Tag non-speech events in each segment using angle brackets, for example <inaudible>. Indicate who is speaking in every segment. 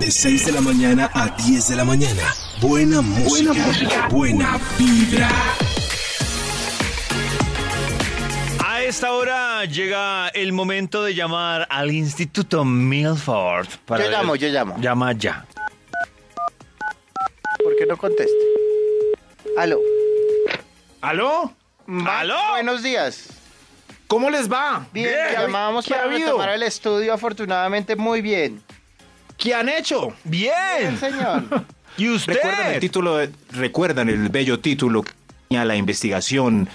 Speaker 1: De 6 de la mañana a 10 de la mañana. Buena música. Buena, vibra.
Speaker 2: A esta hora llega el momento de llamar al Instituto Milford. para
Speaker 3: Yo
Speaker 2: ver-
Speaker 3: llamo, yo llamo.
Speaker 2: Llama ya.
Speaker 3: ¿Por qué no conteste? Aló.
Speaker 4: Mm, ¿Aló?
Speaker 2: ¿Aló?
Speaker 3: Buenos días.
Speaker 4: ¿Cómo les va?
Speaker 3: Bien,
Speaker 2: Bien.
Speaker 3: te llamábamos
Speaker 4: ¿Qué ha
Speaker 3: para
Speaker 4: habido?
Speaker 3: retomar el estudio, afortunadamente muy bien.
Speaker 4: ¿Qué han hecho?
Speaker 3: Bien,
Speaker 2: Bien.
Speaker 4: <laughs>
Speaker 3: señor.
Speaker 2: ¿Y usted?
Speaker 4: ¿Recuerdan el título? de- ¿Recuerdan el bello título que tenía la investigación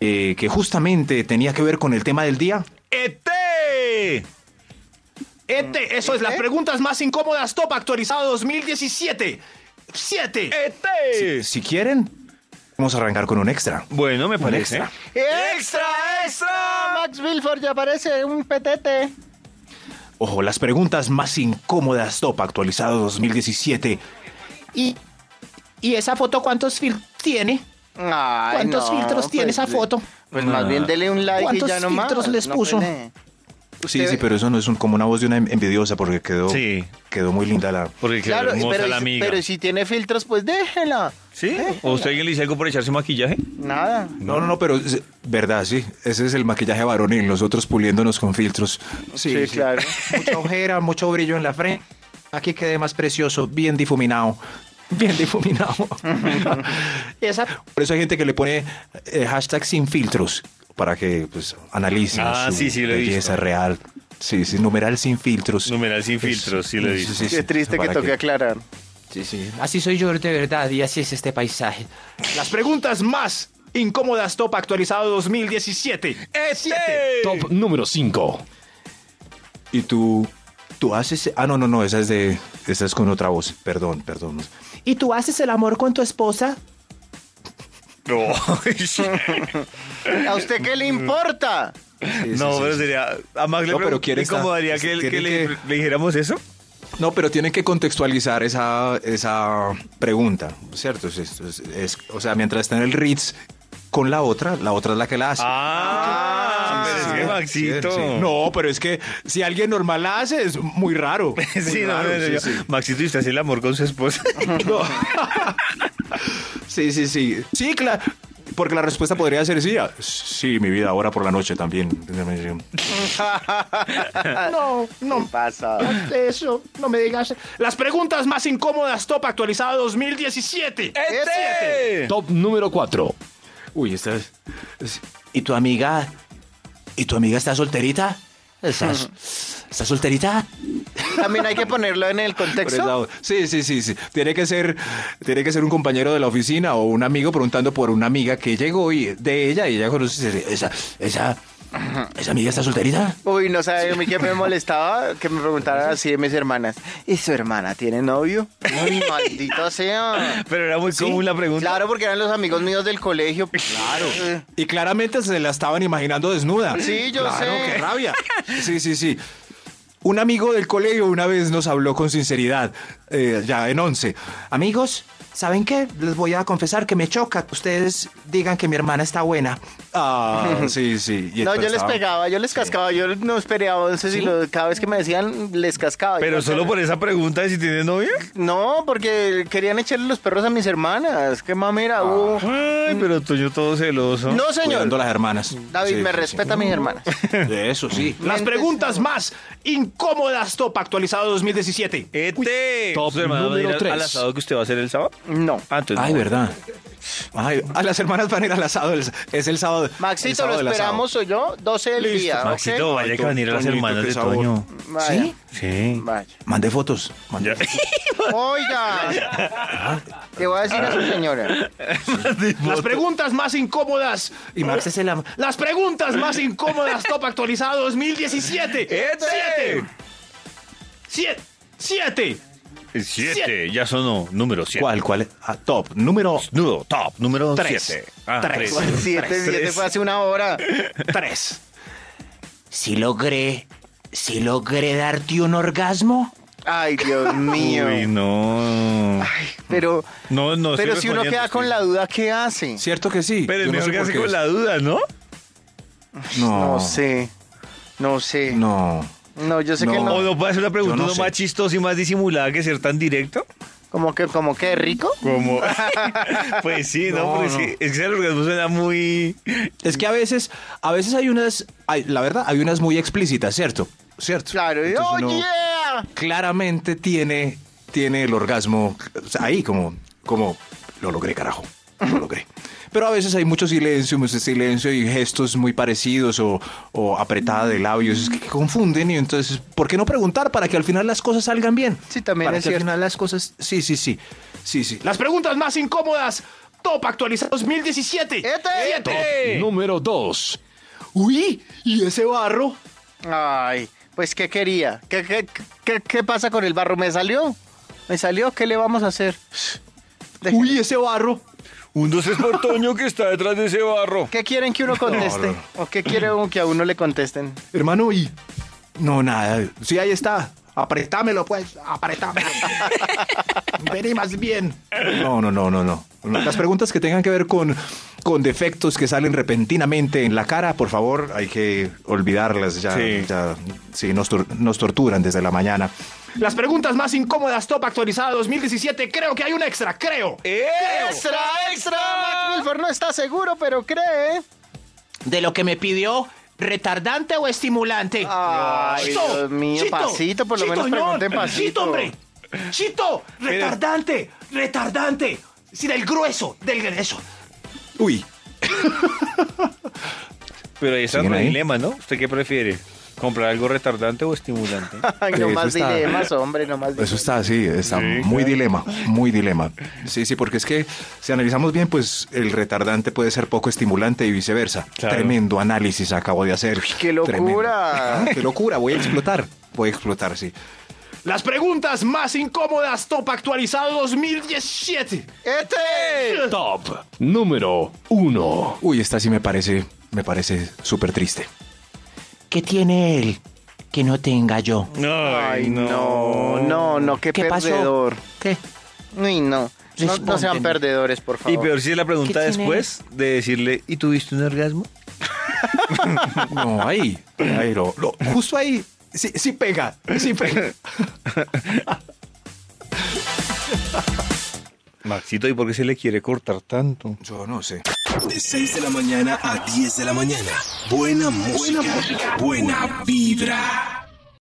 Speaker 4: eh, que justamente tenía que ver con el tema del día?
Speaker 2: E ¡ET!
Speaker 4: Este, eso es, las preguntas más incómodas top actualizado 2017. ¡Siete!
Speaker 2: ¡ET!
Speaker 4: Si, si quieren, vamos a arrancar con un extra.
Speaker 2: Bueno, me
Speaker 4: Un
Speaker 2: parece.
Speaker 4: extra.
Speaker 2: ¡Extra, extra!
Speaker 3: Max Wilford ya parece un petete.
Speaker 4: Ojo, las preguntas más incómodas top actualizado 2017. ¿Y, y esa foto cuántos filtros tiene?
Speaker 3: Ay,
Speaker 4: ¿Cuántos
Speaker 3: no,
Speaker 4: filtros tiene
Speaker 3: pues,
Speaker 4: esa foto?
Speaker 3: Pues más bien dele un like y
Speaker 4: ¿Cuántos
Speaker 3: ya nomás.
Speaker 4: filtros les
Speaker 3: no
Speaker 4: puso?
Speaker 3: pene.
Speaker 4: Sí,
Speaker 3: Usted-
Speaker 4: sí, pero eso no es un, como una voz de una envidiosa porque quedó,
Speaker 2: Sí.
Speaker 4: quedó muy linda la...
Speaker 2: Porque quedó
Speaker 3: Claro,
Speaker 2: hermosa
Speaker 3: pero,
Speaker 2: la
Speaker 3: si-
Speaker 2: amiga.
Speaker 3: pero si tiene filtros, pues déjela.
Speaker 2: ¿Sí? ¿O usted alguien le dice algo por echarse maquillaje?
Speaker 3: Nada.
Speaker 4: No, no, no, pero es- verdad, sí. Ese es el maquillaje varonil, nosotros puliéndonos con filtros.
Speaker 3: Sí, claro.
Speaker 4: Mucha ojera, mucho brillo en la frente. Aquí quedé más precioso, bien difuminado. Bien
Speaker 2: <laughs>
Speaker 4: difuminado. Esa- Por eso hay gente que le pone eh, hashtag sin filtros para que pues analicen
Speaker 2: Ah,
Speaker 4: su
Speaker 2: sí, sí, lo he
Speaker 4: belleza
Speaker 2: visto.
Speaker 4: real. Sí, sí, numeral sin filtros.
Speaker 2: Numeral sin filtros, sí lo he visto.
Speaker 3: Qué triste que
Speaker 4: para
Speaker 3: toque aclarar.
Speaker 5: Así soy yo de verdad y así es este paisaje.
Speaker 4: Las preguntas más incómodas top actualizado 2017.
Speaker 2: ¡ET!
Speaker 6: Top número 5.
Speaker 4: Y tú, tú haces... Ah, no, no, no, esa es de... Esa es con otra voz. Perdón, perdón. ¿Y tú haces el amor con tu esposa? <laughs>
Speaker 2: No,
Speaker 3: ¿A usted qué le importa?
Speaker 2: <laughs> no pero sería. A Max le
Speaker 4: No, pero
Speaker 2: pregun-
Speaker 4: quiere
Speaker 2: le incomodaría
Speaker 4: esta-
Speaker 2: que, él- que
Speaker 4: tiene
Speaker 2: le,
Speaker 4: que-
Speaker 2: le dijéramos eso.
Speaker 4: No, pero tienen que contextualizar esa, esa pregunta, ¿cierto? Es- es- es- o sea, mientras está en el Ritz con la otra, la otra es la que la hace.
Speaker 2: Ah,
Speaker 3: Ah,
Speaker 2: pero es que Maxito.
Speaker 4: Sí, sí. No, pero es que si alguien normal la hace, es muy raro.
Speaker 2: <laughs> Sí,
Speaker 4: Muy
Speaker 2: no,
Speaker 4: raro,
Speaker 2: no, no,
Speaker 4: <laughs> sí,
Speaker 2: yo-
Speaker 4: sí.
Speaker 2: Maxito, ¿y usted hace el amor con su esposa?
Speaker 4: <laughs> No. sí, sí, sí. Sí, claro. Porque la respuesta podría ser sí. ah, Sí, mi vida, ahora por la noche también.
Speaker 3: No, no. pasa?
Speaker 4: Eso, no me digas. Las preguntas más incómodas, top actualizado 2017.
Speaker 2: ¡Este!
Speaker 6: Top número 4.
Speaker 4: Uy, esta es- es- ¿Y tu amiga? ¿Y tu amiga está solterita?
Speaker 3: <laughs>
Speaker 4: ¿Estás, ¿estás solterita?
Speaker 3: También hay que ponerlo en el contexto.
Speaker 4: Sí, sí, sí, sí. Tiene que ser, tiene que ser un compañero de la oficina o un amigo preguntando por una amiga que llegó y de ella y ella conoce. y dice, Esa, esa, esa amiga está solterita.
Speaker 3: Uy, no sabe a mí que me molestaba que me preguntaran así de mis hermanas. ¿Y su hermana tiene novio?
Speaker 4: <laughs>
Speaker 3: Uy, maldito sea.
Speaker 2: Pero era muy común la pregunta.
Speaker 3: Claro, porque eran los amigos míos del colegio. Eh, Claro.
Speaker 4: Y claramente se la estaban imaginando desnuda.
Speaker 3: Sí, yo
Speaker 4: Claro,
Speaker 3: sé.
Speaker 4: qué rabia. Sí, sí, sí. Un amigo del colegio una vez nos habló con sinceridad, eh, ya en once. Amigos, ¿saben qué? Les voy a confesar que me choca que ustedes digan que mi hermana está buena.
Speaker 3: <laughs>
Speaker 4: Ah, sí, sí. Y
Speaker 3: No,
Speaker 4: entonces
Speaker 3: yo les
Speaker 4: estaba-
Speaker 3: pegaba, yo les cascaba, yo no esperaba once y lo- cada vez que me decían les cascaba.
Speaker 2: Pero
Speaker 3: Yo,
Speaker 2: solo por esa pregunta de si tiene novia.
Speaker 3: No, porque querían echarle los perros a mis hermanas. Qué mamera. hubo.
Speaker 2: Ay, pero Toño todo celoso.
Speaker 3: No, señor.
Speaker 4: Ah. Cuidando a las hermanas.
Speaker 3: David,
Speaker 4: Sí,
Speaker 3: me
Speaker 4: sí, sí.
Speaker 3: respeta a mis
Speaker 4: <laughs>
Speaker 3: hermanas.
Speaker 4: Eso sí.
Speaker 3: Las preguntas
Speaker 4: más incómodas top actualizado 2017.
Speaker 2: ¡Este!
Speaker 6: Top
Speaker 2: ¿Su hermana va a ir
Speaker 6: número
Speaker 2: al-
Speaker 6: tres.
Speaker 2: al asado que usted va a hacer el sábado?
Speaker 3: No.
Speaker 2: Ah, entonces
Speaker 4: Ay,
Speaker 2: no.
Speaker 4: verdad. Ay, a las hermanas van a ir al asado. el- Es el sábado. el
Speaker 3: Maxito,
Speaker 4: sábado
Speaker 3: lo
Speaker 4: del asado.
Speaker 3: esperamos, soy yo, 12 del
Speaker 4: Listo,
Speaker 3: día. ¿ok?
Speaker 2: Maxito, vaya que
Speaker 4: Ay,
Speaker 2: van a ir las
Speaker 4: Toñito,
Speaker 2: hermanas
Speaker 4: qué
Speaker 2: de
Speaker 4: sabor.
Speaker 2: Toño.
Speaker 3: Vaya,
Speaker 2: Sí.
Speaker 3: Vaya.
Speaker 4: Mandé fotos. mandé-
Speaker 2: <laughs> Ya.
Speaker 3: Oiga, te voy a decir a su señora.
Speaker 4: Las preguntas más incómodas. Y Max es el am- Las preguntas más incómodas top actualizado <laughs> 2017.
Speaker 2: ¡Este!
Speaker 4: ¡Siete! ¡Siete!
Speaker 2: El siete, ya sonó. Número 7.
Speaker 4: ¿Cuál? ¿Cuál? Ah, top. <laughs> Número
Speaker 2: Nudo, top, número
Speaker 4: Tres.
Speaker 2: 7. Ah,
Speaker 4: Tres.
Speaker 2: tres.
Speaker 3: Pues Siete, siete fue hace una hora.
Speaker 4: 3.
Speaker 5: Si logré, si logré darte un orgasmo.
Speaker 3: Ay, Dios mío.
Speaker 2: Uy, no.
Speaker 3: Pero,
Speaker 2: No, no.
Speaker 3: pero
Speaker 2: estoy
Speaker 3: si uno
Speaker 2: respondiendo,
Speaker 3: queda con
Speaker 2: estoy-
Speaker 3: la duda, ¿qué hace?
Speaker 4: ¿Cierto que sí?
Speaker 2: Pero es
Speaker 4: Yo no
Speaker 2: mejor
Speaker 4: sé
Speaker 2: que hace
Speaker 4: por qué.
Speaker 2: con la duda, ¿no?
Speaker 4: No.
Speaker 3: No sé. No sé.
Speaker 4: No.
Speaker 3: No, yo sé que
Speaker 4: No.
Speaker 2: ¿O
Speaker 3: no.
Speaker 2: no puede ser una pregunta
Speaker 4: Yo no
Speaker 2: uno
Speaker 4: sé.
Speaker 2: más chistosa y más disimulada que ser tan directo?
Speaker 3: Como que, como que rico.
Speaker 2: Como. pues
Speaker 4: <laughs>
Speaker 2: sí, ¿no?
Speaker 4: No,
Speaker 2: Porque
Speaker 4: no.
Speaker 2: sí, es que el orgasmo suena muy.
Speaker 4: Es que a veces, a veces hay unas, hay- la verdad, hay unas muy explícitas, ¿cierto? ¿Cierto?
Speaker 3: Claro, y
Speaker 4: Entonces
Speaker 3: oh,
Speaker 4: uno
Speaker 3: yeah.
Speaker 4: Claramente tiene, tiene el orgasmo o sea, ahí como, como, lo logré, carajo, lo logré. Pero a veces hay mucho silencio, mucho silencio y gestos muy parecidos o, o apretada de labios es que, que confunden y entonces, ¿por qué no preguntar para que al final las cosas salgan bien?
Speaker 3: Sí, también
Speaker 4: Para
Speaker 3: es
Speaker 4: que al
Speaker 3: cierto.
Speaker 4: final las cosas, sí, sí, sí, sí, sí.
Speaker 6: Las preguntas más incómodas. Top actualizado 2017.
Speaker 3: ¡Ete!
Speaker 6: Top número 2.
Speaker 4: Uy, ¿y ese barro?
Speaker 3: Ay, pues ¿qué quería? ¿Qué, qué, qué, qué pasa con el barro? ¿Me salió? ¿Me salió? ¿Qué le vamos a hacer? Déjeme.
Speaker 4: Uy, ese barro.
Speaker 2: Un dos es por Toño que está detrás de ese barro.
Speaker 3: ¿Qué quieren que uno conteste?
Speaker 4: <laughs> No, no,
Speaker 3: ¿O qué quiere uno que a uno le contesten?
Speaker 4: Hermano, y. No, nada. Sí, ahí está. Apretámelo, pues.
Speaker 5: <laughs>
Speaker 4: Apretámelo. Vení más bien. No, no, no, no, no. Las preguntas que tengan que ver con, con defectos que salen repentinamente en la cara, por favor, hay que olvidarlas ya.
Speaker 2: Sí.
Speaker 4: ya. Sí, nos, tor- nos torturan desde la mañana.
Speaker 6: Las preguntas más incómodas. Top actualizada 2017. Creo que hay un extra. Creo.
Speaker 3: ¡Extra, extra! Max Milford no está seguro, pero cree.
Speaker 5: De lo que me pidió, ¿retardante o estimulante?
Speaker 3: Ay,
Speaker 6: Chito,
Speaker 3: Dios mío,
Speaker 6: Chito,
Speaker 3: pasito, por lo
Speaker 6: Chito,
Speaker 3: menos
Speaker 6: ñor,
Speaker 3: pregunten pasito.
Speaker 6: Chito, hombre. Chito,
Speaker 2: Mira.
Speaker 6: retardante, retardante. Sí, del grueso, del grueso.
Speaker 4: Uy.
Speaker 2: Pero ahí está
Speaker 4: ¿Siguen
Speaker 2: el
Speaker 4: ahí?
Speaker 2: dilema, ¿no? ¿Usted qué prefiere? ¿Comprar algo retardante o
Speaker 4: <laughs>
Speaker 2: estimulante?
Speaker 3: Ay, no
Speaker 4: Eso
Speaker 3: más
Speaker 4: está-
Speaker 3: dilemas, hombre, no más dilemas.
Speaker 4: Eso está, sí, está muy dilema, muy dilema. Sí, sí, porque es que si analizamos bien, pues el retardante puede ser poco estimulante y viceversa.
Speaker 2: Claro.
Speaker 4: Tremendo análisis acabo de hacer.
Speaker 3: ¡Qué locura!
Speaker 4: Tremendo. Ah, ¡Qué locura! Voy a explotar, voy a explotar, sí.
Speaker 6: Las preguntas más incómodas, top actualizado 2017.
Speaker 3: ¡Este!
Speaker 6: Top. Número 1.
Speaker 4: Uy, esta sí me parece, me parece súper triste.
Speaker 5: ¿Qué tiene él que no tenga yo?
Speaker 3: Ay, no, no, no, qué,
Speaker 5: pasó?
Speaker 3: perdedor.
Speaker 5: ¿Qué?
Speaker 3: Uy, no. no. No sean
Speaker 5: Respóndeme.
Speaker 3: perdedores, por favor.
Speaker 2: Y peor si es la pregunta
Speaker 5: ¿Qué tiene?
Speaker 2: después de decirle, ¿y tuviste un orgasmo?
Speaker 4: No, ahí, ahí lo, lo- justo ahí, sí, sí pega, sí
Speaker 6: <laughs>
Speaker 4: pega.
Speaker 2: Maxito, ¿y por qué se le quiere cortar tanto?
Speaker 4: Yo no sé.
Speaker 1: De 6 de la mañana a 10 de la mañana. Buena música. Buena vibra.